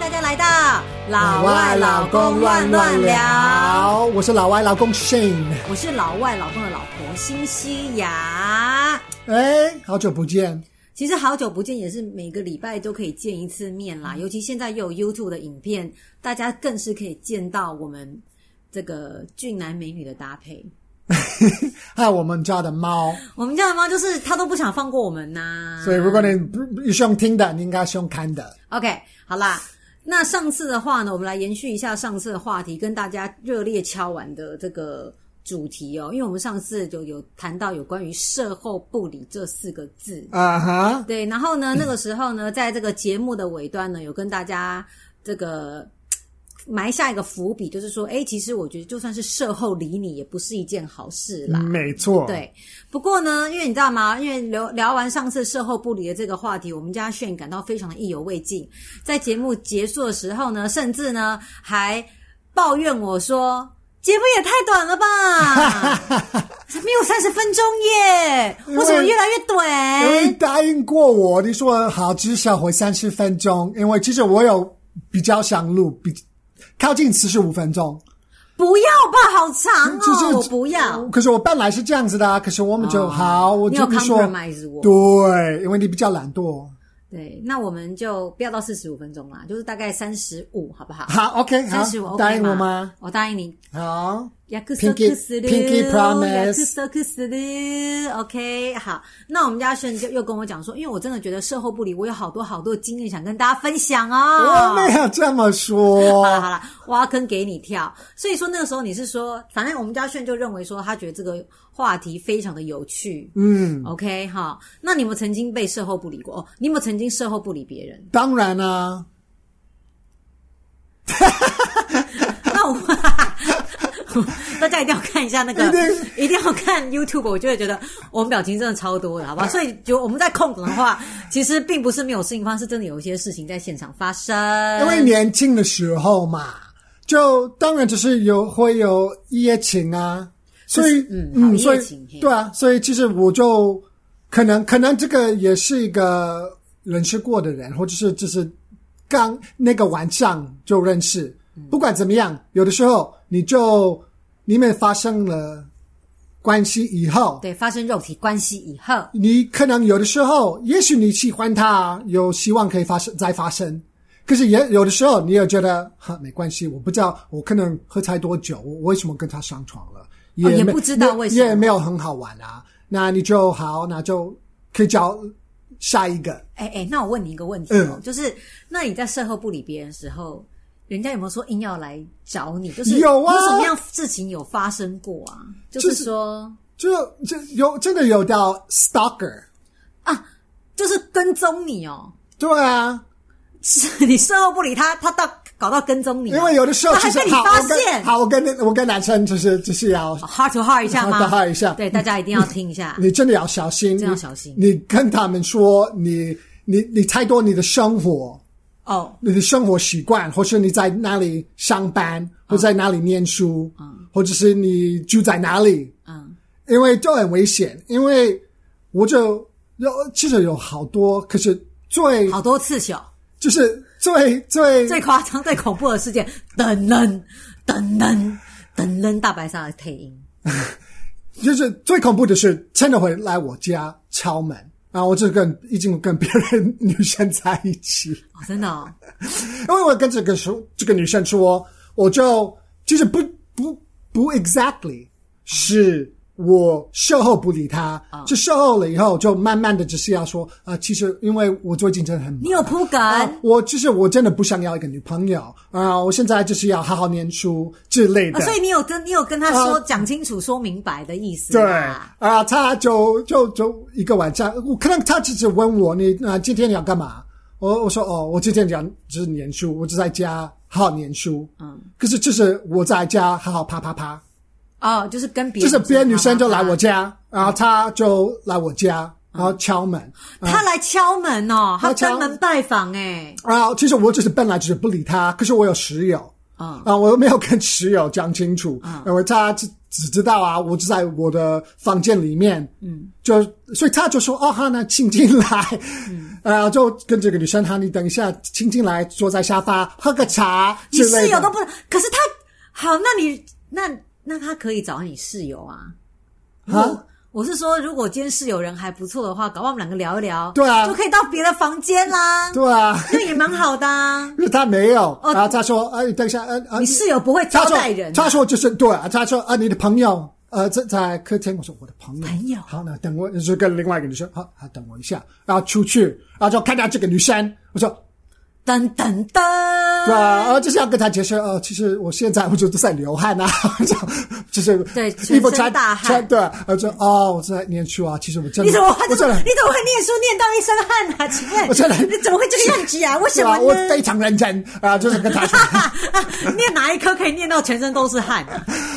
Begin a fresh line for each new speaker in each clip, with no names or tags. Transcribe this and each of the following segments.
大家来到老外老公乱乱聊，，
我是老外老公 Shane。
我是老外老公的老婆新西雅。
哎，好久不见，
其实好久不见，也是每个礼拜都可以见一次面
嗯
啦。尤其现在又有 YouTube 的影片，大家更是可以见到我们这个俊男美女的搭配。
还有我们家的猫。
我们家的猫就是它都不想放过我们呐、
所以如果你不不是用听的，你应该是用看的。
OK，好啦。那上次的话呢，我们来延续一下上次的话题，跟大家热烈敲完的这个主题哦，因为我们上次就有谈到有关于“售后不理”这四个字。
啊哈，
对，然后呢，那个时候呢，在这个节目的尾端呢，有跟大家这个嘖埋下一个伏笔，就是说，哎，其实我觉得就算是售后理你，也不是一件好事啦。
没错。，
对，不过呢，因为你知道吗？因为聊聊完上次售后不理的这个话题，我们家炫感到非常的意犹未尽。在节目结束的时候呢，甚至呢还抱怨我说：“节目也太短了吧， 没有三十分钟耶，
为
我怎么越来越
因为
短
哎答应过我，你说好至少会三十分钟，因为其实我有比较想录，比靠近四十五分钟。？”
不要吧，好长
就是
哦，我不要。
可是我本来是这样子的啊，可是我们就、
哦
好，我
你有
就不说。
compromise 我
对，因为你比较懒惰。
对，那我们就不要到四十五分钟啦，就是大概三十五，好不好？
好，OK，好
三十五 OK
答应我
吗
吗？？
我答应你。
好，
雅克索
Pinky-
克斯的
Pinky promise
雅克索克斯的，OK，好。那我们家轩就又跟我讲说，因为我真的觉得售后不理，我有好多好多经验想跟大家分享
我
哦。
没有这么
好
说
了。好了，挖坑给你跳。所以说那个时候你是说，反正我们家炫就认为说，他觉得这个话题非常的有趣。
嗯，？
OK 哈，那你们曾经被售后不理过？哦，你有没有曾经售后不理别人
当然啦、啊。
那我大家一定要看一下那个
一，定
一定要看 YouTube，我就会觉得我们表情真的超多的，好不好？所以就我们在空梗的话， 其实并不是没有事情发生，是真的有一些事情在现场发生。
因为年轻的时候嘛，就当然就是有会有一夜情啊，所以
就是嗯好一夜
所以
情嘿
对啊，所以其实我就可能可能这个也是一个认识过的人，或者是就是刚那个晚上就认识，
嗯
不管怎么样，有的时候你就你们发生了关系以后，
对发生肉体关系以后，
你可能有的时候，也许你喜欢他，有希望可以发生再发生，可是也有的时候，你也觉得哈没关系，我不知道我可能喝才多久，我为什么跟他上床了，也,、
哦也不知道为什么
也也没有很好玩啊。那你就好，那就可以找下一个。
哎哎，那我问你一个问题哦，
嗯
就是那你在售后不理别人的时候，人家有没有说硬要来找你？就是
有啊
有什么样事情有发生过啊？就是
就是
说。
就就有真的有到 stalker，
啊，就是跟踪你哦，
对啊，
是 你事后不理他，他到搞到跟踪你啊、
因为有的时候
他
其
还
实
被你
好，
发
我
现
跟好，我跟我跟男生就是就是要
，hard to hard 一下吗
hard to hard 一下
对，大家一定要听一下。
你真的要小心，
啊真要小心
你。你跟他们说，你你你太多你的生活，
哦，
你的生活习惯，或是你在哪里上班，
啊
或在哪里念书，
嗯
或者是你住在哪里，
嗯，
因为都很危险。因为我就有其实有好多，可是最
好多刺绣，
就是最最
最夸张、最恐怖的事件，噔噔噔噔噔噔，大白鲨的配音。
就是最恐怖的是，真的会来我家敲门，然后我就跟已经跟别人女生在一起。
哦，真的哦，
因为我跟这个说这个女生说，我就其实不不不 exactly 是我售后不理她，
啊
就售后了以后，就慢慢的只是要说，啊，其实因为我最近真的很忙
你。有铺梗，
啊，我其实我真的不想要一个女朋友啊！我现在就是要好好念书之类的。
啊所以你有跟你有跟他说、
啊
讲清楚、说明白的意思
对
吧。
啊，他就就就一个晚上，我可能他只是问我你啊、今天你要干嘛？我我说哦，我今天讲就是念书，我就在家好好念书。
嗯，
可是就是我在家好好啪啪啪，
哦，就是跟别
就是别的女生就来我
家，
家，然后他就来我家，啊然后敲门。
他来敲门哦，他
嗯他敲
登门拜访哎、
然后其实我就是本来就是不理他，可是我有室友。
嗯
啊，我又没有跟室友讲清楚，因为他这只知道啊，我就在我的房间里面，嗯，就所以他就说哦，哈，那请进来，嗯，呃，就跟这个女生哈，你等一下，请进来，坐在沙发喝个茶
你
之
室
类
友都
的。
不能，可是他好，那你那那他可以找你室友啊？
啊
我我是说，如果今天室友人还不错的话，搞不好我们两个聊一聊，
对啊
就可以到别的房间啦，
对啊，
那也蛮好的啊。
因为他没有，然后他说，哎，等一下，呃呃
你，室友不会
他
招
说
待人啊，
他说就是对啊，他说啊，你的朋友。呃，在在客厅，我说我的朋友，
朋友
好呢，等我就跟另外一个女生，好，好等我一下，然后出去，然后就看到这个女生，我说
噔噔噔，
对啊，然后就是要跟他解释，呃，其实我现在我就都在流汗啊，就就是
对
衣
全
服
身
穿
大汗
穿对，然后就哦，我正在念书啊，其实我真的，
你怎么
我
会这
真
么？
的，
你怎么会念书念到一身汗啊？请问，
我真的
你怎么会这个样子啊？为什
对
么
啊，我
呢？啊
非常认真啊，就是跟他说
念哪一科可以念到全身都是汗？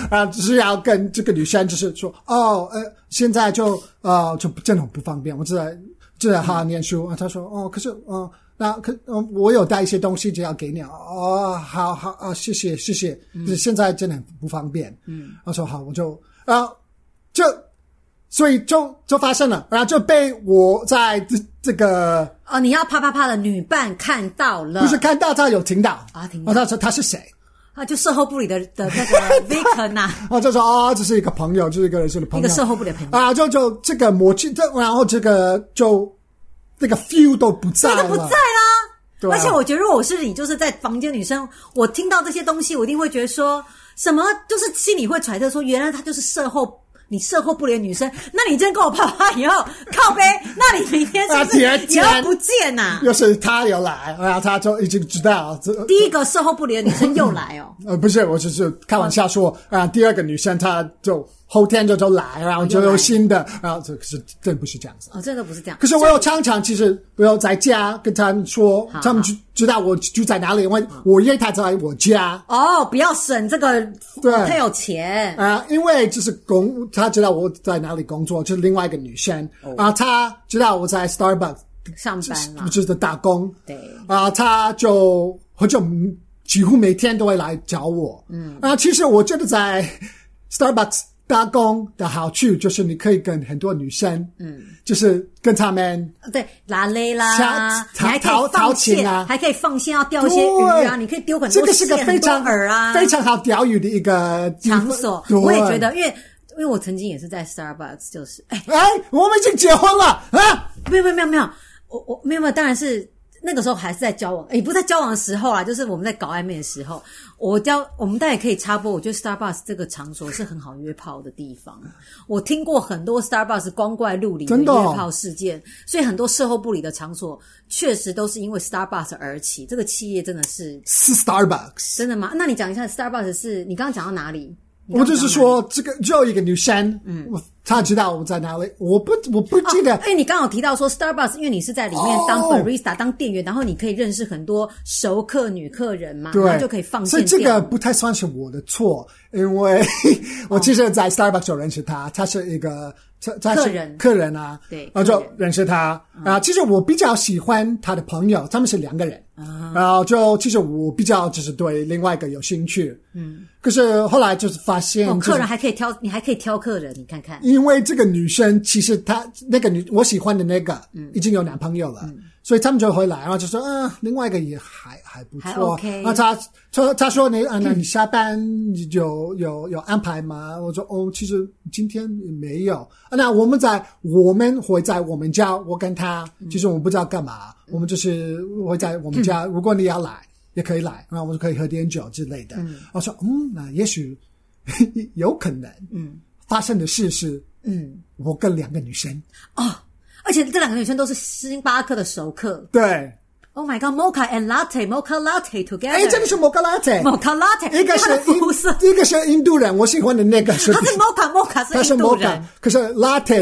啊，只是要跟这个女生就是说，哦，呃，现在就呃就真的很不方便，我正在正在好好念书啊。他说，哦，可是哦，那可嗯、我有带一些东西就要给你哦，好好啊，谢谢谢谢，
嗯
就是现在真的很不方便。嗯，我说好，我就啊就所以就就发生了，然后就被我在这这个
哦，你要啪啪啪的女伴看到了，
不是看到他有听到
啊听到
然后他说他是谁？
啊，就售后部里的的 那
啊
个 Vic 呐、
然后就说啊、这是一个朋友，这是一个人生的朋
一
友
个，售后部的朋友，
啊，就就这个魔镜，这然后这个就那个 feel 都不在
这
了，
都不在啦。
对啊
而且我觉得，如果我是你，就是在房间女生，我听到这些东西，我一定会觉得说什么，就是心里会揣测说，原来她就是售后。你售后部里的女生，那你真跟我啪啪以后靠 背，那你明天是不是
啊姐姐
也要不见 呐、
又是他有来，然后他就已经知道这。
第一个售后部里的女生又来 哦，
呃，不是，我只是开玩笑说啊。第二个女生她就后天就就来，然后就
又来
有新的，然后这可是真不是这样子。啊
哦，真的不是这样。
可是我有常常其实我有在家跟他们说
好，
他们知知道我住在哪里，因为我因为他在我家，
哦，不要省这个，
对
他有钱，
啊、因为就是工，他知道我在哪里工作，就是另外一个女生
哦
啊、他知道我在 Starbucks
上班啦，
就是打工，
对
啊、他就我就几乎每天都会来找我，嗯，啊、其实我觉得在 Starbucks 打工的好处就是你可以跟很多女生，嗯，就是跟他们
啊对，拉勒啦
像，
你还可
陶
以
陶
放
琴
线
啊
还可以放线，要钓一
对，
些鱼啊，你可以丢很多
这个是个
线
非常
很多饵啊，
非常好钓鱼的一个地方
场所。
对
我也觉得，因为因为我曾经也是在 Starbucks，就是哎，
哎，我们已经结婚了啊！
没有没有没有没有，我我没有没有，当然是那个时候还是在交往，也不是在交往的时候啊，就是我们在搞暧昧的时候，我交我们大家也可以插播，我觉得 Starbucks 这个场所是很好约炮的地方，我听过很多 Starbucks 光怪陆离的
真
约
的哦
炮事件，所以很多售后部里的场所确实都是因为 Starbucks 而起，这个企业真的是
是 Starbucks。
真的吗？啊那你讲一下 Starbucks 是你刚刚讲到哪里？你
我
刚刚
就
讲
是
到哪里。
说，这个就一个女生，嗯，她知道我在哪里，我不我不记得，
哎，你刚好提到说 Starbucks，因为你是在里面当
哦
barista、当店员，然后你可以认识很多熟客、女客人嘛，然
对，
后就可以放
所以
线
这个
掉。哦
不太算是我的错，因为我其实，在 Starbucks 有认识他，他是一个他他是
客人
客人啊，
对
然后
客
就
人嗯
认识他啊。其实我比较喜欢他的朋友，他们是两个人，
啊
然后就其实我比较就是对另外一个有兴趣，嗯，可是后来就是发现
哦，
就是
客人还可以挑，你还可以挑客人，你看看。
因为这个女生其实她那个女我喜欢的那个，已经有男朋友了，所以他们就回来，然后就说，嗯，另外一个也还还不
还
错。
OK
那她说她说你啊，那你下班有 有有安排吗？我说哦，其实今天没有。啊那我们在我们会在我们家，我跟她，
嗯
其实我们不知道干嘛，我们就是会在我们家。 如果你要来。也可以来，然后我们可以喝点酒之类的。我说，嗯，那也许 有可能，嗯，发生的事是，
嗯，
我跟两个女生，
哦，而且这两个女生都是星巴克的熟客。
对，
Oh my god，mocha and latte，mocha latte
哎，这个
together。
是摩卡拉特，
mocha latte，
一 个
因为它
是
的肤 色，
印，一个是印度人，我喜欢的那个 是
他，是 mocha mocha
他
是
是
印
摩
度
卡
人，，
可是拉特，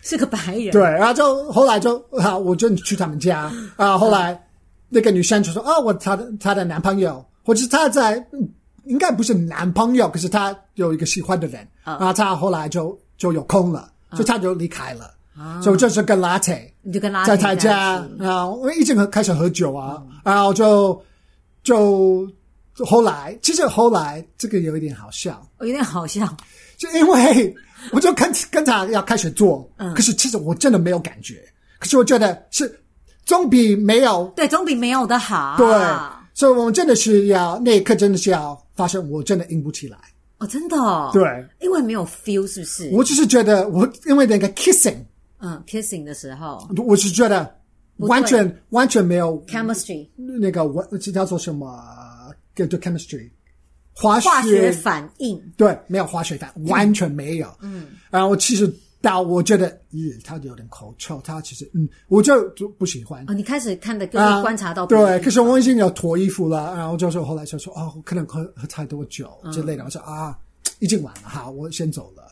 是个白人。
对，然后就后来就啊，我就去他们家啊，后来那个女生就说，哦，我她的她的男朋友，或者是她在，嗯应该不是男朋友，可是她有一个喜欢的人，
啊
然后她后来就就有空了，
哦
所以她就离开了，所以我就是跟拉特。
你就跟拉
在
他
他家，然后我一直开始喝酒啊，
嗯
然后就就后来，其实后来这个有一点好笑，
哦有点好笑。
就因为我就跟跟他要开始做，
嗯
可是其实我真的没有感觉，可是我觉得是总比没有
对，总比没有的好。啊
对，所以我们真的是要那一刻真的是要发现我真的硬不起来，
哦，真的、哦，
对，
因为没有 feel 是不是？
我只是觉得我因为那个 kissing，
嗯，kissing 的时候
我是觉得
不对
完全完全没有
，chemistry
那个我这叫做什么？就就 chemistry，化学
化学反应，
对，没有化学反应，完全没有。嗯，然后其实到我觉得，咦，他有点口臭，他其实嗯，我就就不喜欢。
哦，你开始看的就是
啊，
观察到别
对，
人、
可是我已经有脱衣服了，然后就是后来就说哦，我可能喝喝太多酒之类的，我说啊，已经晚了，好，我先走了。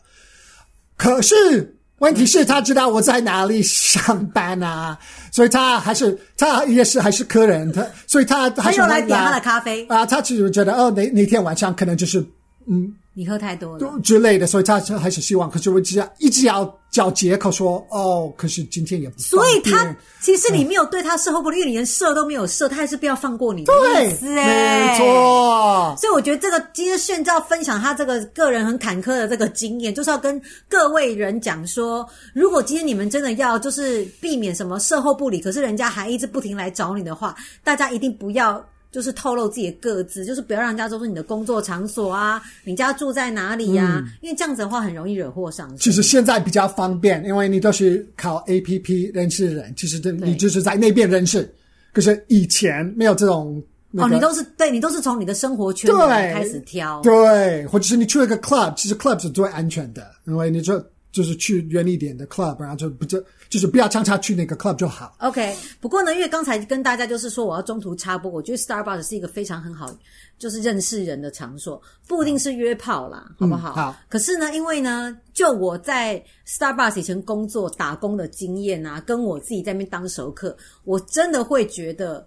可是问题是，他知道我在哪里上班啊，所以他还是他也是还是客人，他所以他还
他
是
又来
会
点他的咖啡，
啊，他只是觉得哦，那那天晚上可能就是嗯
你喝太多了，
之类的，所以他是还是希望，可是我只要一直要找借口说哦，可是今天也不方
所以
便，
他其实
嗯
你没有对他事后不理，因为你连射都没有射，他还是不要放过你的意思、
对，
哎
没。错，
所以我觉得这个今天炫照分享他这个个人很坎坷的这个经验，就是要跟各位人讲说，如果今天你们真的要就是避免什么事后不理，可是人家还一直不停来找你的话，大家一定不要。就是透露自己的个资，就是不要让人家说出你的工作场所啊，你家住在哪里呀、因为这样子的话很容易惹祸上身。
其实现在比较方便，因为你都是靠 A P P 认识人，其实这你就是在那边认识。可是以前没有这种、那
哦，
个
你都是对你都是从你的生活圈
对
开始挑，
对，或者是你去一个 club，其实 club 是最安全的，因为你就就是去远一点的 club，然后就不就就是不要常常去那个 club 就好。
OK，不过呢，因为刚才跟大家就是说，我要中途插播，我觉得 Starbucks 是一个非常很好，就是认识人的场所，不一定是约炮啦，好不好？
嗯好。
可是呢，因为呢，就我在 Starbucks 以前工作打工的经验啊，跟我自己在那边当熟客，我真的会觉得。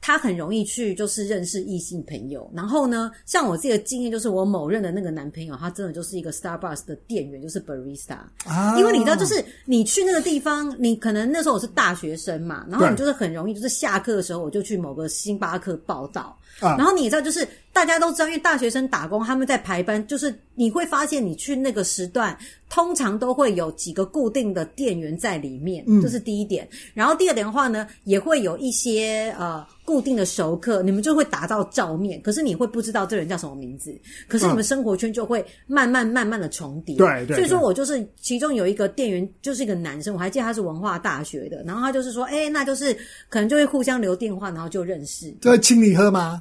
他很容易去就是认识异性朋友，然后呢，像我自己的经验就是，我某任的那个男朋友，他真的就是一个 Starbucks 的店员，就是 barista，、
啊
因为你知道，就是你去那个地方，你可能那时候我是大学生嘛，然后
对
你就是很容易，就是下课的时候我就去某个星巴克报道。
啊
然后你也知道，就是大家都知道，因为大学生打工，他们在排班，就是你会发现，你去那个时段，通常都会有几个固定的店员在里面，
嗯
这是第一点。然后第二点的话呢，也会有一些呃固定的熟客，你们就会打到照面，可是你会不知道这人叫什么名字，可是你们生活圈就会慢慢慢慢的重叠。
嗯对对
所以说
对
我就是其中有一个店员，就是一个男生，我还记得他是文化大学的，然后他就是说，哎，那就是可能就会互相留电话，然后就认识。
这请你 喝吗？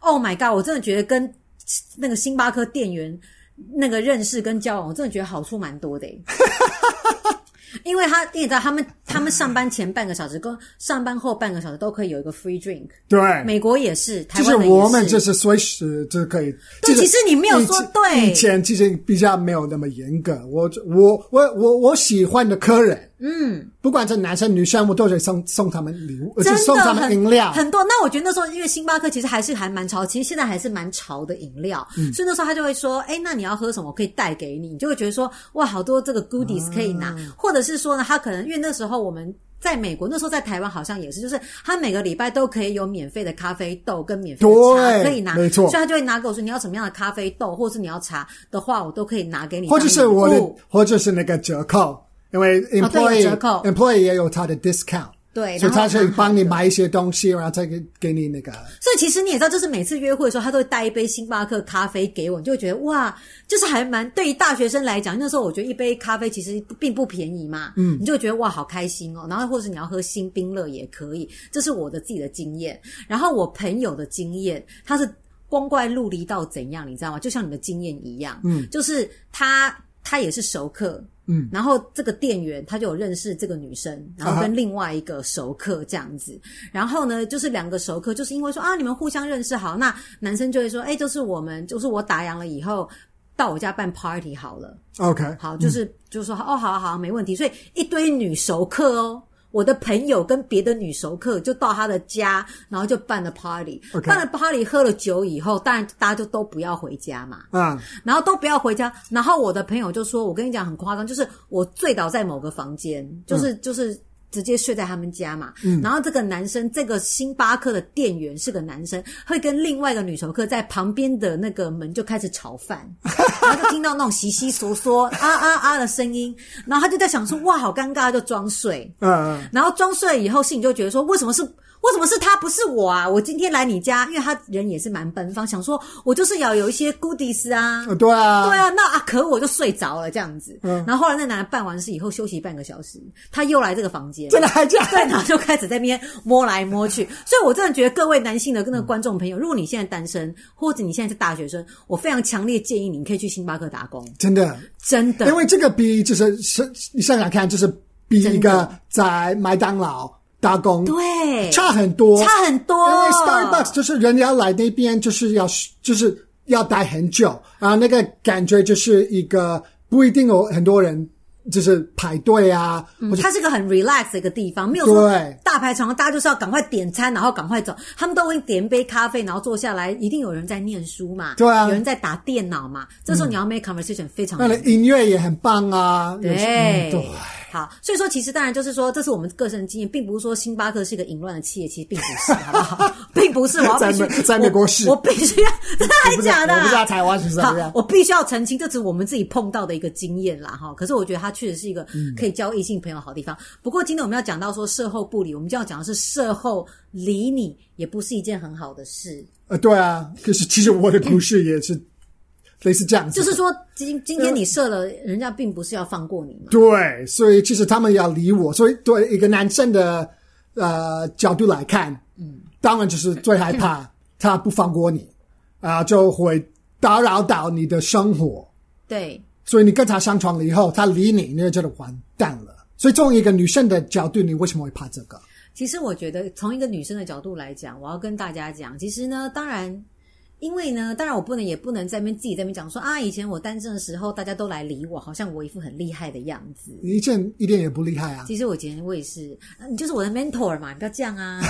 Oh my god！我真的觉得跟那个星巴克店员那个认识跟交往，我真的觉得好处蛮多的 欸、因为他，你也知道，他们他们上班前半个小时跟上班后半个小时都可以有一个 free drink，
对，
美国也是，台
就
湾
是
的也
我们就是随时就可以。
对
就是
其实你没有说
以前
对
以前其实比较没有那么严格。我我我我我喜欢的客人，嗯，不管是男生女生，我都得送送他们礼物，而且
真
送
的
他们
很
饮料。
很多。那我觉得那时候因为星巴克其实还是还蛮潮，其实现在还是蛮潮的饮料，
嗯
所以那时候他就会说：“哎，那你要喝什么？我可以带给你。”你就会觉得说：“哇，好多这个 goodies 可以拿。
嗯
或者是说呢，他可能因为那时候我们。在美国那时候，在台湾好像也是，就是他每个礼拜都可以有免费的咖啡豆跟免费的茶
对
可以拿，
没错
所以他就会拿给我说你要什么样的咖啡豆，或是你要茶的话，我都可以拿给你当
或
礼物。
者是我的，或者是那个折扣，因为
哦对
employee、
有折扣
employee 也有他的 discount，
对
所以
然后
他可以
蛮好
帮你
的
买一些东西，然后再给给你那个。
所以其实你也知道，就是每次约会的时候，他都会带一杯星巴克咖啡给我，你就会觉得哇，就是还蛮对于大学生来讲，那时候我觉得一杯咖啡其实并不便宜嘛，嗯，你就会觉得哇，好开心哦。然后或者是你要喝新冰乐也可以，这是我的自己的经验。然后我朋友的经验，他是光怪陆离到怎样，你知道吗？就像你的经验一样，嗯，就是他他也是熟客。嗯，然后这个店员他就有认识这个女生，然后
啊哈
跟另外一个熟客这样子，然后呢，就是两个熟客，就是因为说啊，你们互相认识好，那男生就会说，哎、就是我们，就是我打烊了以后，到我家办 party 好了，
OK，
好，就是、就说哦，好啊好啊，没问题。所以一堆女熟客哦，我的朋友跟别的女熟客就到他的家，然后就办了 party，、
OK
办了 party 喝了酒以后，当然大家就都不要回家嘛，
啊、
然后都不要回家。然后我的朋友就说：“我跟你讲很夸张，就是我醉倒在某个房间，就是、就是直接睡在他们家嘛。然后这个男生，这个星巴克的店员是个男生，会跟另外一个女熟客在旁边的那个门就开始炒饭，然后就听到那种悉悉嗦嗦、啊啊啊的声音，然后他就在想说，哇，好尴尬，就装睡。
嗯，嗯
然后装睡以后，心里就觉得说，为什么是为什么是他不是我啊？我今天来你家，因为他人也是蛮奔放，想说我就是要有一些 goodies 啊。
呃对啊，嗯
对啊，那啊，可我就睡着了这样子。然后后来那男的办完事以后休息半个小时，他又来这个房间，
真的还假
对，然后就开始在那边摸来摸去。所以我真的觉得各位男性的那个观众
嗯
朋友，如果你现在单身，或者你现在是大学生，我非常强烈建议你可以去星巴克打工，
真的，
真的
因。为这个比就是是你想想看，就是比一
真
个在麦当劳打工
对，
差很多，
差很多
因为 Starbucks 就是人要来那边就是要就是要待很久，然后那个感觉就是一个不一定有很多人就是排队啊，或者
嗯它是个很 relax 的一个地方，没有说
对
大排长龙，大家就是要赶快点餐，然后赶快走。他们都会点一杯咖啡，然后坐下来，一定有人在念书嘛，
对啊
有人在打电脑嘛。这时候你要 make conversation 非常
那
难
里音乐也很棒啊，有时
对，
嗯对。
好，所以说其实当然就是说，这是我们个人经验，并不是说星巴克是一个淫乱的企业，其实并不是，好不 好？并不是，我要必
在
须
美在美国是
我我必须要，真的还
我
是
不知道
假的啊？
嗯我不知道台湾是啊怎么样
好我必须要澄清，这只是我们自己碰到的一个经验啦，哈。可是我觉得它确实是一个
嗯
可以交异性朋友的好地方。不过今天我们要讲到说事后不理，我们就要讲的是事后理你也不是一件很好的事。
呃，对啊，可是其实我的故事也是类似这样子，
就是说，今今天你射了，人家并不是要放过你 嘛。
对，所以其实他们要理我，所以对一个男生的呃角度来看，嗯，当然就是最害 怕他不放过你啊、就会打扰到你的生活，
对，
所以你跟他上床了以后，他理你，你就觉得完蛋了。所以从一个女生的角度，你为什么会怕这个？
其实我觉得，从一个女生的角度来讲，我要跟大家讲，其实呢，当然，因为呢，当然我不能也不能在那边自己在那边讲说啊，以前我单身的时候，大家都来理我，好像我一副很厉害的样子。
你一点一点也不厉害啊！
其实我以前我也是，呃你就是我的 mentor 嘛，你不要这样 啊，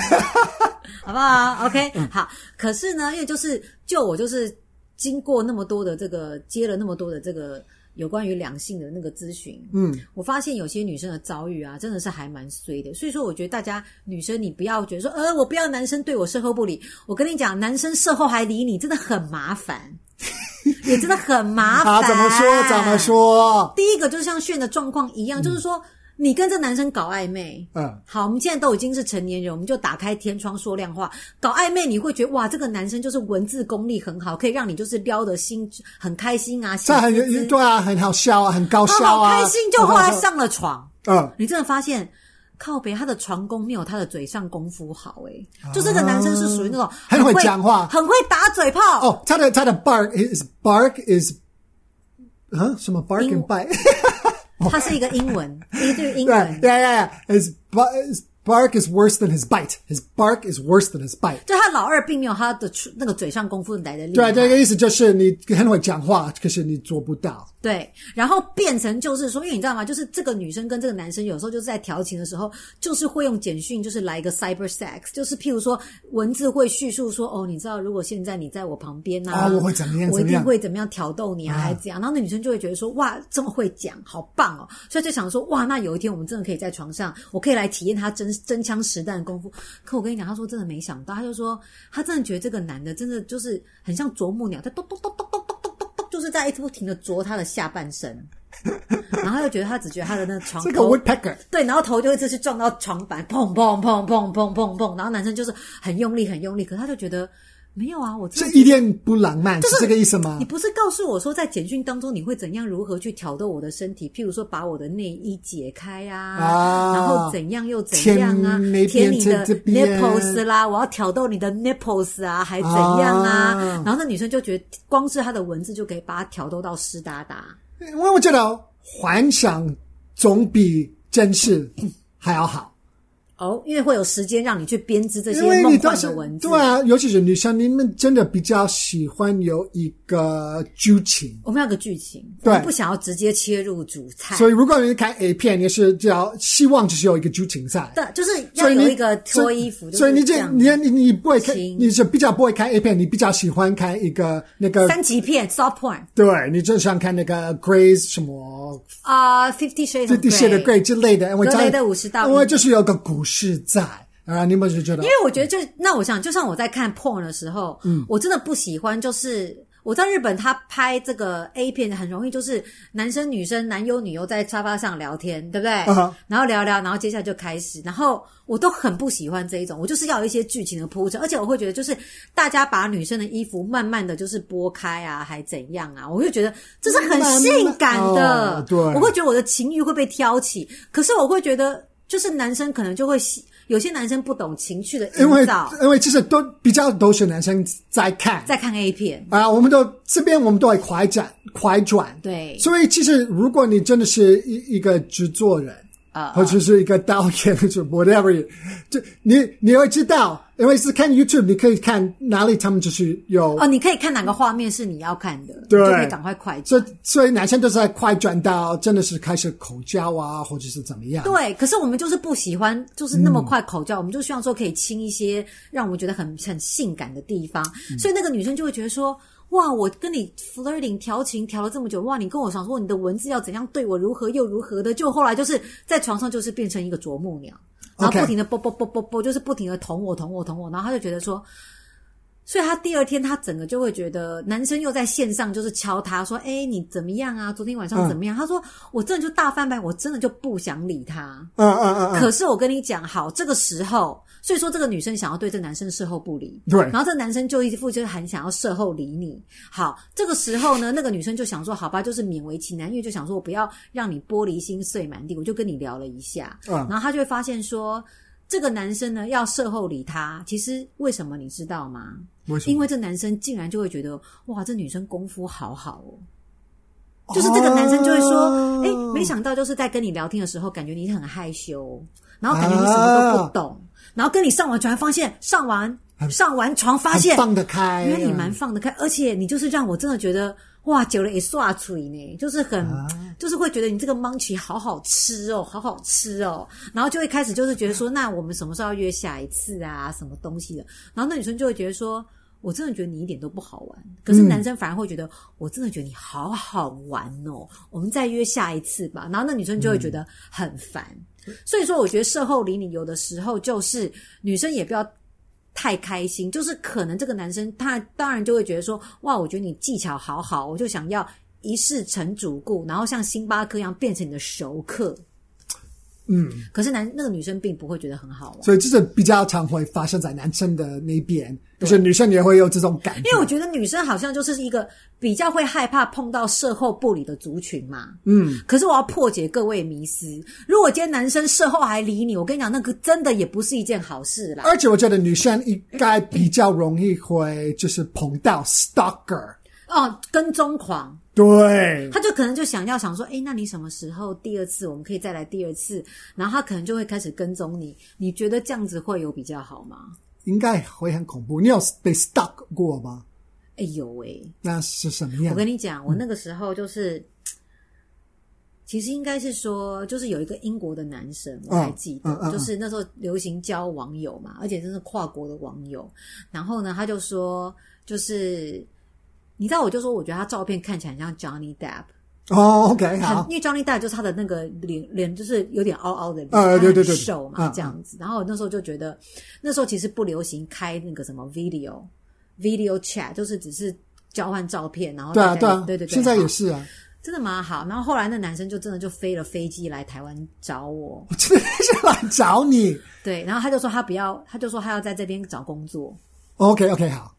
好不好？OK，、好。
嗯
可是呢，因为就是就我就是经过那么多的这个接了那么多的这个有关于两性的那个咨询，
嗯，
我发现有些女生的遭遇啊，真的是还蛮衰的。所以说，我觉得大家女生你不要觉得说，呃，我不要男生对我事后不理。我跟你讲，男生事后还理你，真的很麻 烦，也真的很麻烦。
啊，怎么说？怎么？说？
第一个就是像炫的状况一样，就是说你跟这男生搞暧昧。
嗯，
好，我们现在都已经是成年人，我们就打开天窗说亮话。搞暧昧，你会觉得哇，这个男生就是文字功力很好，可以让你就是撩的心很开心啊，喜
这
滋滋
很对啊，很好笑啊，很高
他
效
好
啊，
开心，就后来上了床。
嗯。
你真的发现，靠北他的床功没有他的嘴上功夫好诶、就这个男生是属于那种
啊很会讲话
很会打嘴炮。
哦，他的他的 Oh, bark is bark is 啊什么 bark
英
and bite？
他是一个英文，一句英
对
文，
，yeah yeah yeah，his bark his bark is worse than his bite. His bark is worse than his bite.
就他老二并没有他的出那个嘴上功夫来的厉害。
对，这个意思就是你很会讲话，可是你做不到。
对，然后变成就是说，因为你知道吗？就是这个女生跟这个男生有时候就是在调情的时候，就是会用简讯，就是来一个 cyber sex，就是譬如说文字会叙述说，哦，你知道，如果现在你在我旁边啊，
啊我会怎么样
我一
怎么样
定会怎么样挑逗
嗯
你啊，还是怎样？然后那女生就会觉得说，哇，这么会讲，好棒哦！所以就想说，哇，那有一天我们真的可以在床上，我可以来体验他真真枪实弹的功夫。可我跟你讲，他说真的没想到，他就说他真的觉得这个男的真的就是很像啄木鸟，他咚咚咚咚咚咚咚咚咚，就是在一直不停的啄他的下半身，然后他就觉得他只觉得他的那个床
这个
头
woodpecker
对，然后头就会就是撞到床板，砰砰砰砰砰砰砰，然后男生就是很用力很用力，可他就觉得没有啊，我真
这
的
一点不浪漫，是这个意思吗
你？不是告诉我说，在简讯当中你会怎样如何去挑逗我的身体？譬如说，把我的内衣解开啊，
啊
然后怎样又怎样啊
舔那，边
舔你的
这边
nipples 啦，我要挑逗你的 nipples 啊，还怎样啊？
啊
然后那女生就觉得，光是她的文字就可以把她挑逗到湿哒哒。
因为我觉得幻想总比真实还要好。
哦，因为会有时间让你去编织这些
因为你
梦
当
幻
时
的文字。
对啊，尤其是女生，你们真的比较喜欢有一个剧情。
我们要有个剧情，
对
我们不想要直接切入主菜，
所以如果你看 A 片，你是只要希望就是有一个剧情在。
对，就是要
所以
有
你
一个脱衣服，
所以
就是
你
这
这
样
你你你不会看，
行
你是比较不会看 A 片，你比较喜欢看一个那个，
三级片 soft porn
对你就想看那个 Grace 什么
啊，Fifty Shades of
Fifty Shades of
Grey
Grey 之类的，因为
格
这
雷
样
的50道
因为就是有个故事在啊，你们就觉得
因为我觉得就那我想，就像我在看 porn 的时候，嗯，我真的不喜欢，就是我在日本他拍这个 A 片很容易就是男生女生男优女优在沙发上聊天，对不对？
嗯哼
然后聊聊，然后接下来就开始，然后我都很不喜欢这一种，我就是要有一些剧情的铺陈，而且我会觉得就是大家把女生的衣服慢慢的就是拨开啊，还怎样啊，我就觉得这是很性感
慢慢
的，
哦对
我会觉得我的情欲会被挑起，可是我会觉得。就是男生可能就会喜，有些男生不懂情趣的
因
营
为
造，
因为其实都比较都是男生在看
在看 A 片，
啊，我们都这边我们都会快转快转，
对，
所以其实如果你真的是一一个制作人，
啊
或者是一个导演，或者 whatever，就你你会知道，因为是看 YouTube，你可以看哪里他们就是有，
哦，你可以看哪个画面是你要看的，
对
你就可以赶快快
所
转
以。所以男生都是在快转到真的是开始口交啊，或者是怎么样。
对，可是我们就是不喜欢，就是那么
嗯
快口交，我们就希望说可以亲一些让我们觉得很很性感的地方，
嗯
所以那个女生就会觉得说。哇！我跟你 flirting 调情调了这么久，哇！你跟我想说你的文字要怎样对我，如何又如何的，就后来就是在床上就是变成一个啄木鸟，然后
OK
不停的啵啵啵啵啵，就是不停的捅我捅我捅我，然后他就觉得说，所以他第二天，他整个就会觉得男生又在线上就是敲他说：“哎、你怎么样啊？昨天晚
嗯
上怎么样？”他说：“我真的就大翻白，我真的就不想理他。
嗯嗯嗯嗯，
可是我跟你讲，好，这个时候，所以说这个女生想要对这男生事后不理，
对
然后这男生就一副就是很想要事后理你。好，这个时候呢，那个女生就想说，好吧，就是勉为其难，因为就想说我不要让你玻璃心碎满地，我就跟你聊了一下。
嗯
然后她就会发现说，这个男生呢要事后理他，其实为什么你知道吗？
为什么
因为这男生竟然就会觉得，哇，这女生功夫好好哦。就是这个男生就会说
哦：“
哎、没想到就是在跟你聊天的时候，感觉你很害羞，然后感觉你什么都不懂，
啊
然后跟你上完床发现，上完上完床发现
很，放得开，啊
原来你蛮放得开，而且你就是让我真的觉得哇，久了也刷嘴呢，就是很、就是会觉得你这个 monkey 好好吃哦，好好吃哦，然后就会开始就是觉得说，那我们什么时候要约下一次啊，什么东西的，然后那女生就会觉得说。我真的觉得你一点都不好玩，可是男生反而会觉得，我真的觉得你好好玩哦，我们再约下一次吧。然后那女生就会觉得很烦，所以说我觉得事后理你有的时候就是女生也不要太开心，就是可能这个男生他当然就会觉得说，哇，我觉得你技巧好好，我就想要一试成主顾，然后像星巴克一样变成你的熟客。
嗯，
可是男那个女生并不会觉得很好玩，啊
所以这是比较常会发生在男生的那边，就是女生也会有这种感觉。
因为我觉得女生好像就是一个比较会害怕碰到事后不理的族群嘛。
嗯，
可是我要破解各位迷思，如果今天男生事后还理你，我跟你讲，那个真的也不是一件好事啦。
而且我觉得女生应该比较容易会就是碰到 stalker，
哦，跟踪狂。
对，
他就可能就想要想说，哎，那你什么时候第二次我们可以再来第二次？然后他可能就会开始跟踪你。你觉得这样子会有比较好吗？
应该会很恐怖。你有被 stalk 过吗？
哎呦喂、
那是什么样
我？跟你讲，我那个时候就是，其实应该是说，就是有一个英国的男生，我还记得，
嗯嗯嗯
就是那时候流行交网友嘛，而且真是跨国的网友。然后呢，他就说，就是你知道，我就说，我觉得他照片看起来很像 Johnny Depp。
哦，OK，好
很，，因为 Johnny Depp 就是他的那个脸脸就是有点凹凹的脸，
呃对
他
对
很
对
瘦嘛
嗯
这样子。然后我那时候就觉得，那时候其实不流行开那个什么 video video chat，就是只是交换照片，然后
对啊，
大家
对啊，
对对对，
现在也
好
是啊，
真的蛮好。然后后来那男生就真的就飞了飞机来台湾找我，
我真的是来找你。
对，然后他就说他不要，他就说他要在这边找工作。
OK，OK，好，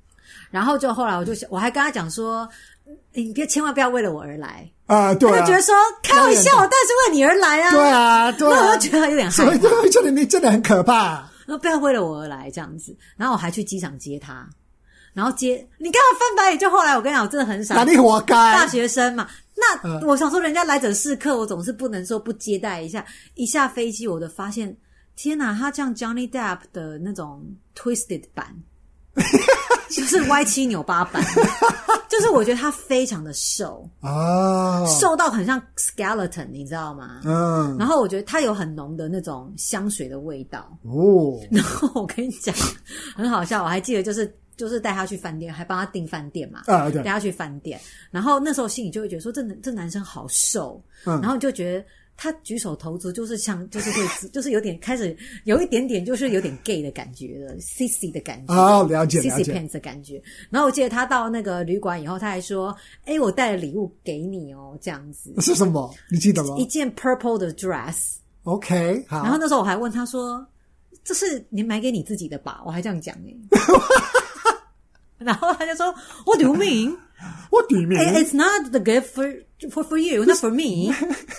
然后就后来我就
嗯
想我还跟他讲说，嗯你别千万不要为了我而来，
啊，对
他
啊
就觉，得说开玩笑，
那
我当然是为你而来啊，
对啊，对
那我
啊
就，觉得他有点害
所
怕
以。 就会觉得你真的很可怕。
然后不要为了我而来这样子。然后我还去机场接他，然后接你干嘛翻白眼？就后来我跟你讲，我真的很
哪
傻，
里活
啊大
该？
学生嘛。那
嗯
我想说，人家来者是客，我总是不能说不接待一下。一下飞机，我就发现天哪，他这样 Johnny Depp 的那种 Twisted 版，就是歪七扭八版，就是我觉得他非常的瘦，
啊，
瘦到很像 skeleton，你知道吗？
嗯，
然后我觉得它有很浓的那种香水的味道。
哦，
然后我跟你讲，很好笑，我还记得就是就是带他去饭店，还帮他订饭店嘛，
啊对
带，他去饭店。然后那时候心里就会觉得说，这男这男生好瘦，
嗯
然后就觉得。他举手投足就是像，就是会， 就是有点开始有一点点，就是有点 gay 的感觉了，sissy 的感觉。
哦，了解
c
了
c
解，
pants 的感觉。然后我记得他到那个旅馆以后，他还说：“哎，我带了礼物给你哦，这样子，
是什么？你记得吗
一件 purple 的 dress。
？OK，”
然后
好，
那时候我还问他说：“这是你买给你自己的吧？”我还这样讲哎。 然后他就说：“What do you mean?
我底面
It- It's not the gift for for for you, not for me.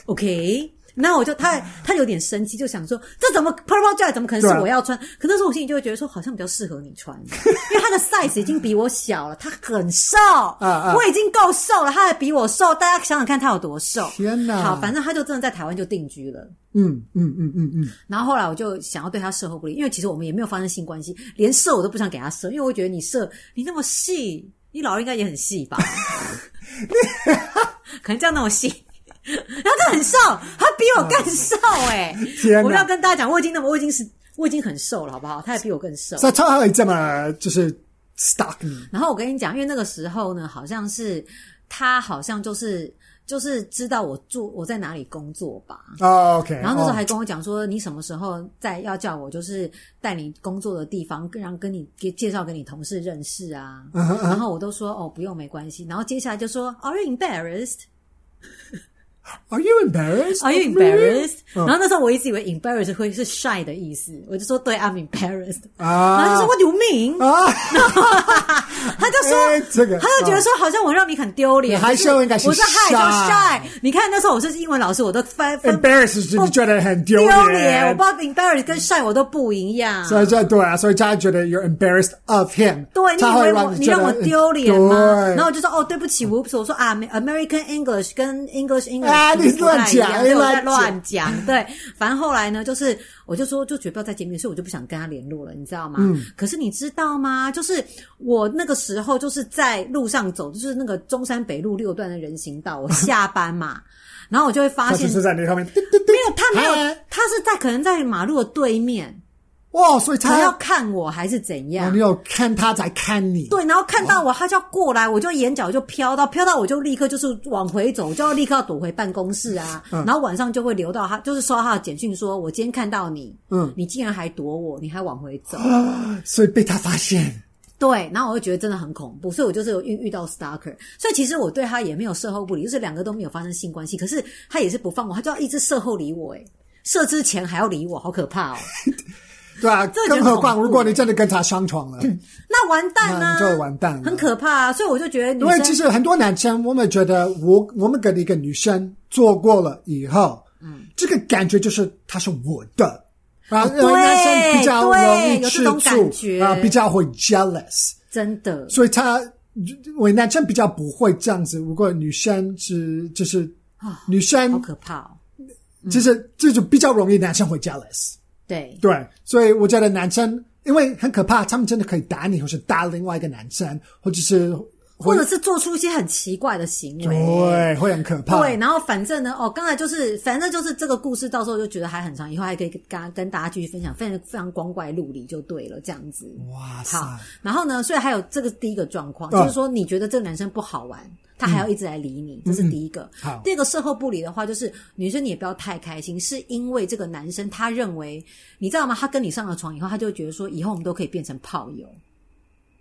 OK。”那我就他他有点生气，就想说这怎么 purple dress 怎么可能
对
是
啊
我要穿？可那时候我心里就会觉得说好像比较适合你穿，因为他的 size 已经比我小了，他很瘦，
啊
我已经够瘦了，他还比我瘦，大家想想看他有多瘦。
天哪
好，反正他就真的在台湾就定居了。
嗯嗯嗯嗯嗯，
然后后来我就想要对他射后不理，因为其实我们也没有发生性关系，连射我都不想给他射，因为我觉得你射你那么细，你老二应该也很细 吧？可能这样那么细。然后他很瘦，他比我更瘦哎、
天哪
我要跟大家讲，我已经那么，我已经是，我已经很瘦了，好不好？他也比我更 瘦。
所以他会这么 um, uh, 就是 stuck 你
然后我跟你讲，因为那个时候呢，好像是他好像就是就是知道我住我在哪里工作吧，
哦，OK，
然后那时候
哦
还跟我讲说，你什么时候再要叫我，就是带你工作的地方，跟让跟你给介绍给你同事认识啊。
嗯哼嗯哼
然后我都说哦，不用，没关系。然后接下来就说，Are you embarrassed?
Are you embarrassed?
Are you
of me?
embarrassed?
嗯
然后那时候我一直以为 embarrassed 会是 shy 的意思，我就说对，I'm embarrassed。然后他就
啊
说 What do you mean？
啊，
他就说。
哎这个，
他就觉得
啊
说，好像我让你很丢脸，
你害羞应该是
我是害
shy
羞 shy。你看那时候我是英文老师，我都分分
embarrassed 是你觉得很丢
丢脸，我
脸
不，知道 embarrassed 跟 shy 我都不一样。
所以这对啊，所以大家觉得 you're embarrassed of him，
对，你
他
以
会
为我
让
你
觉
让
得
我丢脸吗？
对
然后我就说哦，对不起，我不是我说啊，Amer-，American English 跟 English English
啊
不太一样
你乱讲
对
你
我
乱
在
讲
乱讲。对，反正后来呢，就是我就说就绝不要再见面，所以我就不想跟他联络了，你知道吗？
嗯
可是你知道吗？就是我那个时候就是在路上走，就是那个中山北路六段的人行道，我下班 嘛，然后我就会发
他
现
只是在哎你后面，
没有他没有
嗨，
他是在可能在马路的对面，
哇，所以
他要
他哦
看我还是怎样？
你有看他在看你，
对，然后看到我，他就要过来，我就眼角就飘到，飘到我就立刻就是往回走，就要立刻躲回办公室啊。
嗯
然后晚上就会留到他，就是收到他的简讯说，我今天看到你，
嗯
你竟然还躲我，你还往回走。
所以被他发现，
对，然后我就觉得真的很恐怖，所以我就是有遇遇到 stalker，所以其实我对他也没有事后不理，就是两个都没有发生性关系，可是他也是不放我，他就要一直事后理我、欸，诶，射之前还要理我，好可怕 哦。
对啊，
这就
更
很
何况
恐怖
如果你真的跟他上床了，
那完蛋
那
啊，
你就完蛋了
很可怕啊。所以我就觉得女
因
生
为其实很多男生，我们觉得我我们跟一个女生做过了以后，嗯，这个感觉就是她是我的。啊，因为男生比较容易
哦对有
吃
这种感
醋
觉
啊，比较会 jealous，
真的
所以他我男生比较不会这样子。如果女生是就是
啊
女
好
生
可怕哦。
就是这就比较容易男生会 jealous，
对，
对，所以我觉得男生因为很可怕，他们真的可以打你，或是打另外一个男生，或者是
或
会
者是做出一些很奇怪的行为。
对会很可怕，
对，然后反正呢，哦，刚才就是，反正就是这个故事，到时候就觉得还很长，以后还可以跟跟跟大家继续分享，非常非常光怪陆离就对了，这样子。
哇塞，
好，然后呢，所以还有这个第一个状况，
嗯
就是说你觉得这个男生不好玩，他还要一直来理你，这是第一个。
嗯好
第二个事后不理的话，就是女生你也不要太开心，是因为这个男生他认为，你知道吗？他跟你上了床以后，他就会觉得说，以后我们都可以变成炮友。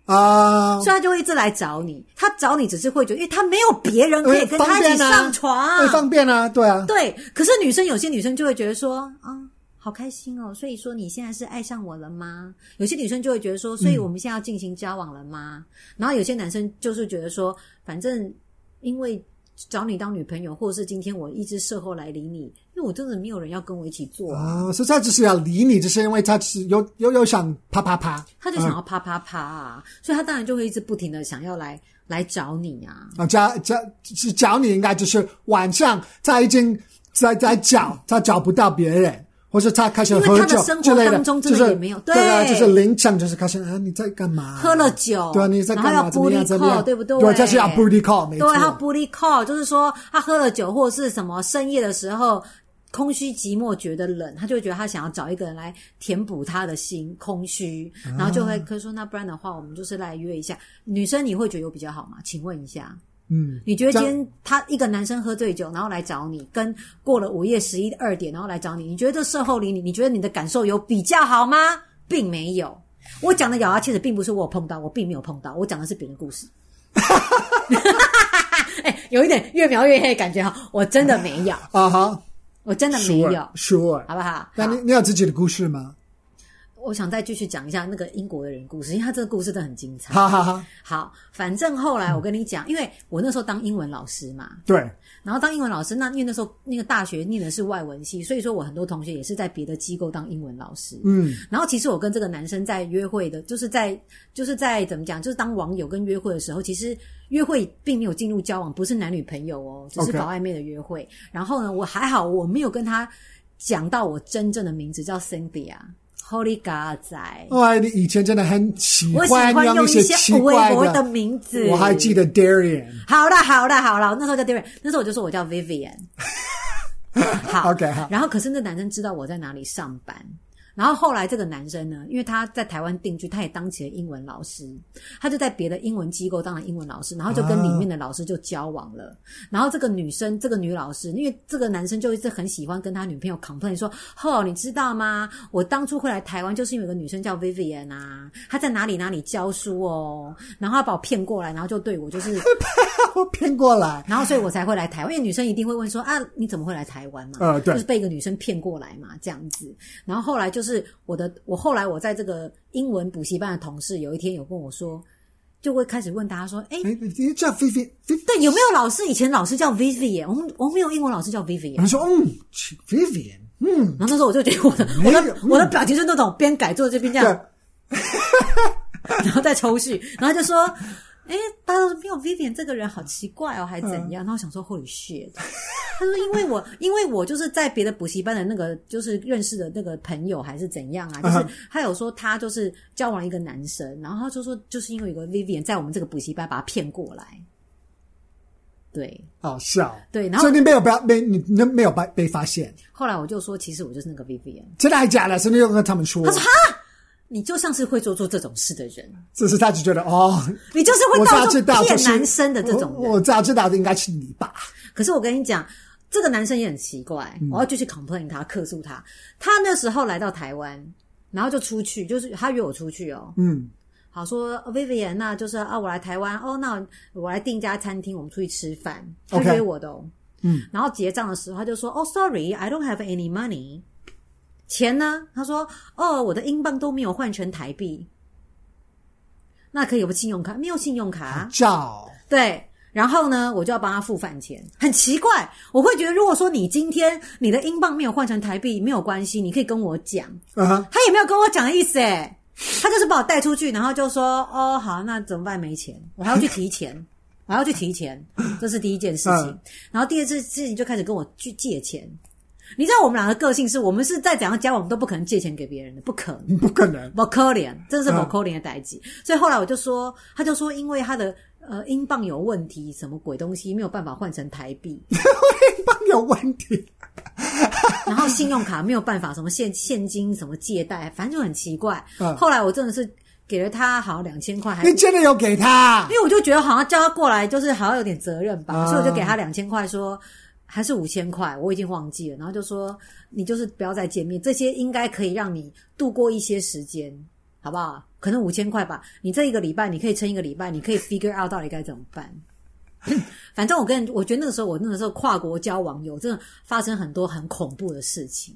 啊，
所以他就会一直来找你。他找你只是会觉得，因为他没有别人可以跟
方
他一起
便啊
上床。
会方便啊，对啊，
对，可是女生有些女生就会觉得说啊。好开心哦！所以说你现在是爱上我了吗？有些女生就会觉得说，所
嗯
以我们现在要进行交往了吗？然后有些男生就是觉得说，反正因为找你当女朋友，或者是今天我一直事后来理你，因为我真的没有人要跟我一起做啊，
啊，所以他只是要理你，就是因为他是又又又想啪啪啪
他就想
嗯
要啪啪啪啊，所以他当然就会一直不停的想要来来找你啊。
啊，找找是找你，应该就是晚上他已经在在找，他找不到别人，或是他开始
因为
喝
他的
酒
生活
之类
当中真的
就是
也没有
对啊，
对
就是临场就是开始啊你在干嘛？
喝了酒，
对啊，你在
然
干
后
嘛？
要
怎么
booty
样？怎么
call，
样？
对不对？
对，这是要 booty call，没错
对，。他 booty call 就是说他喝了酒或者是什么深夜的时候空虚寂寞觉得冷，他就会觉得他想要找一个人来填补他的心空虚，
啊
然后就会可以说那不然的话我们就是来约一下。女生你会觉得有比较好吗？请问一下，
嗯，
你觉得
这
今
样
天他一个男生喝醉酒然后来找你，跟过了午夜十一二点然后来找你，你觉得这事后理你，你觉得你的感受有比较好吗？并没有。我讲的咬牙切齿，并不是我有碰到，我并没有碰到，我讲的是别人的故 事。哎、有一点越描越黑的感觉哈，我真的没有，
啊哈
我真的 没有，
，sure，sure。
好不好？
那你
好
你有自己的故事吗？
我想再继续讲一下那个英国的人故事，因为他这个故事真的很精彩。
哈哈哈，
好，反正后来我跟你讲，因为我那时候当英文老师嘛，
对，
然后当英文老师，那因为那时候那个大学念的是外文系，所以说我很多同学也是在别的机构当英文老师。
嗯，
然后其实我跟这个男生在约会的，就是在就是在怎么讲，就是当网友跟约会的时候，其实约会并没有进入交往，不是男女朋友哦，只是
OK
搞暧昧的约会。然后呢，我还好，我没有跟他讲到我真正的名字叫 Cynthia Holy God 仔。
哇，你以前真的很喜
我喜欢
欢
用
一
一
些
些
奇
微
怪
博的名字
我还记得 Darian。
好啦，好啦，好啦，我那时候叫 Darren，那时候我就说我叫 Vivian。好
OK，好
然后可是那男生知道我在哪里上班，然后后来这个男生呢，因为他在台湾定居，他也当起了英文老师，他就在别的英文机构当了英文老师，然后就跟里面的老师就交往了。然后这个女生，这个女老师，因为这个男生就一直很喜欢跟他女朋友 complain 说：“哦，你知道吗？我当初会来台湾，就是因为有个女生叫 Vivian 啊，她在哪里哪里教书哦，然后她把我骗过来，然后就对我就是。”
我骗过来。
然后所以我才会来台湾，因为女生一定会问说啊，你怎么会来台湾嘛？
呃对
就是被一个女生骗过来嘛，这样子。然后后来就是我的，我后来我在这个英文补习班的同事，有一天有跟我说，就会开始问大家说，哎、
哎，你叫菲菲，菲菲，
对，有没有老师以前老师叫 Vivian？我们我们没有英文老师叫 Vivian
有。人说，嗯，Vivian，嗯，
然后那时候我就觉得我的
没
我
有
的我的表情就是那种边改坐这边这
对
样，，然后再抽蓄，然后就说。哎，大家都说没有 Vivian 这个人好奇怪哦，还怎
嗯
样？然后我想说 Holy shit，他 说因为我因为我就是在别的补习班的那个就是认识的那个朋友还是怎样啊，就是
嗯
他有说他就是交往一个男生，然后他就说就是因为有个 Vivian 在我们这个补习班把他骗过来，对
好笑。
对，然后
所以你没有被被你你没有被被发现，
后来我就说其实我就是那个 Vivian，
真的还假的？是你有跟他们说，
你就像是会做出这种事的人，
只是他只觉得哦，
你就是
我
会
早
到
知
处
道就
骗
是
男生的这种人
我，我早知道的应该是你吧？
可是我跟你讲，这个男生也很奇怪，
嗯
我要继续 complain 他，客诉他。他那时候来到台湾，然后就出去，就是他约我出去哦。
嗯，
好说哦 Vivian，那就是啊，我来台湾哦，那我我来订一家餐厅，我们出去吃饭。他
OK
约我的哦。
嗯，
然后结账的时候，他就说：“哦，sorry，I don't have any money。”钱呢？他说：“哦，我的英镑都没有换成台币。”那可以有个信用卡？没有信用卡、
照
对，然后呢，我就要帮他付饭钱，很奇怪。我会觉得，如果说你今天你的英镑没有换成台币，没有关系，你可以跟我讲。
啊哈，
他也没有跟我讲的意思，哎，他就是把我带出去，然后就说：“哦，好，那怎么办？没钱，我还要去提钱，我还要去提钱。”这是第一件事情。
嗯
然后第二件事情就开始跟我去借钱。你知道我们两个个性是，我们是在怎样交往都不可能借钱给别人的，不可能。
不可能，
不可怜，真的是
嗯
不可怜的代际。所以后来我就说，他就说因为他的呃英镑有问题，什么鬼东西没有办法换成台 币，
英镑有问题，
然后信用卡没有办法什么现现金什么借贷，反正就很奇怪
嗯。
后来我真的是给了他好像两千块，还
你真的有给他
因为我就觉得好像叫他过来，就是好像有点责任吧，
啊
所以我就给他两千块，说还是五千块，我已经忘记了。然后就说你就是不要再见面，这些应该可以让你度过一些时间，好不好？可能五千块吧，你这一个礼拜你可以撑一个礼拜，你可以 figure out 到底该怎么办。反正我跟我觉得那个时候，我那个时候跨国交网友，真的发生很多很恐怖的事情。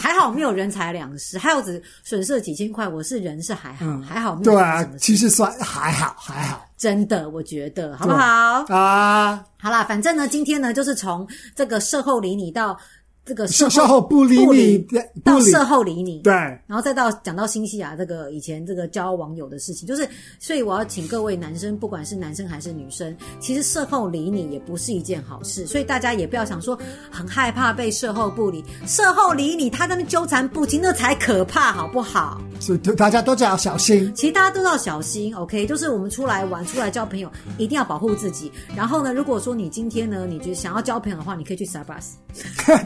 还好没有人财两失，还有只损失了几千块，我是人是还好，还好没有
对
发生
啊
什么，事
其实算还好，还好
真的，我觉得好不好？
啊。
好啦，反正呢，今天呢，就是从这个售后理你到这个
售
售
售后不理你，不
到
理，
售后理你，
对，
然后再到讲到新西亚这个以前这个交网友的事情，就是所以我要请各位男生，不管是男生还是女生，其实事后理你也不是一件好事，所以大家也不要想说很害怕被事后不理，事后理你他在那边纠缠不清，那才可怕，好不好？
所以大家都只要小心。
其实大家都要小心，OK？就是我们出来玩、出来交朋友，一定要保护自己。然后呢，如果说你今天呢，你觉得想要交朋友的话，你可以去 s a b a s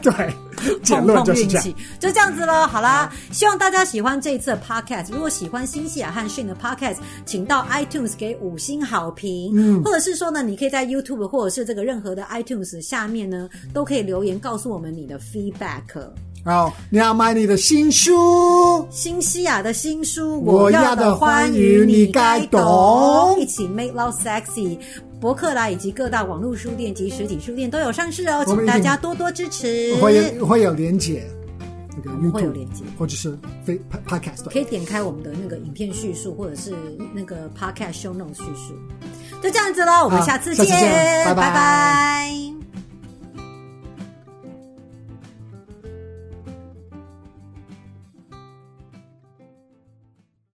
对，结
碰
论就
碰
是
运
这样。
气，就这样子喽。好啦，希望大家喜欢这一次的 podcast。如果喜欢新西亚和逊的 podcast，请到 iTunes 给五星好评，嗯，或者是说呢，你可以在 YouTube 或者是这个任何的 iTunes 下面呢，都可以留言告诉我们你的 feedback。
然后你要买你的新书，
新西亚的新书，
我要
要
的欢
欢
愉
愉
你
你
该
该
懂
一起 make love sexy。博客来以及各大网络书店及实体书店都有上市哦，
我
请
们已经
大家多多支持。
会有会有连结，那个
哦们会有
YouTube
连结
或者是非 Podcast
可以点开我们的那个影片叙述，或者是那个 podcast show notes 叙述。就这样子喽，我们
好
下次
下
见，
次见拜拜
拜拜